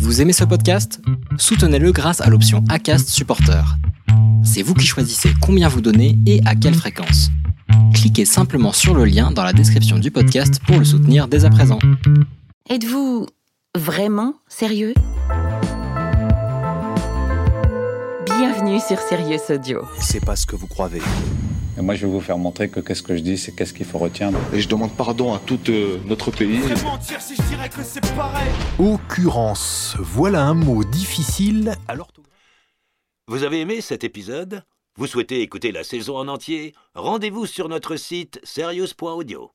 Vous aimez ce podcast Soutenez-le grâce à l'option ACAST Supporter. C'est vous qui choisissez combien vous donnez et à quelle fréquence. Cliquez simplement sur le lien dans la description du podcast pour le soutenir dès à présent. Êtes-vous vraiment sérieux Bienvenue sur Sirius Audio. C'est pas ce que vous croyez. Et moi, je vais vous faire montrer que qu'est-ce que je dis, c'est qu'est-ce qu'il faut retenir. Et je demande pardon à tout euh, notre pays. Occurrence. Voilà un mot difficile à l'orthographe. Vous avez aimé cet épisode Vous souhaitez écouter la saison en entier Rendez-vous sur notre site serious.audio.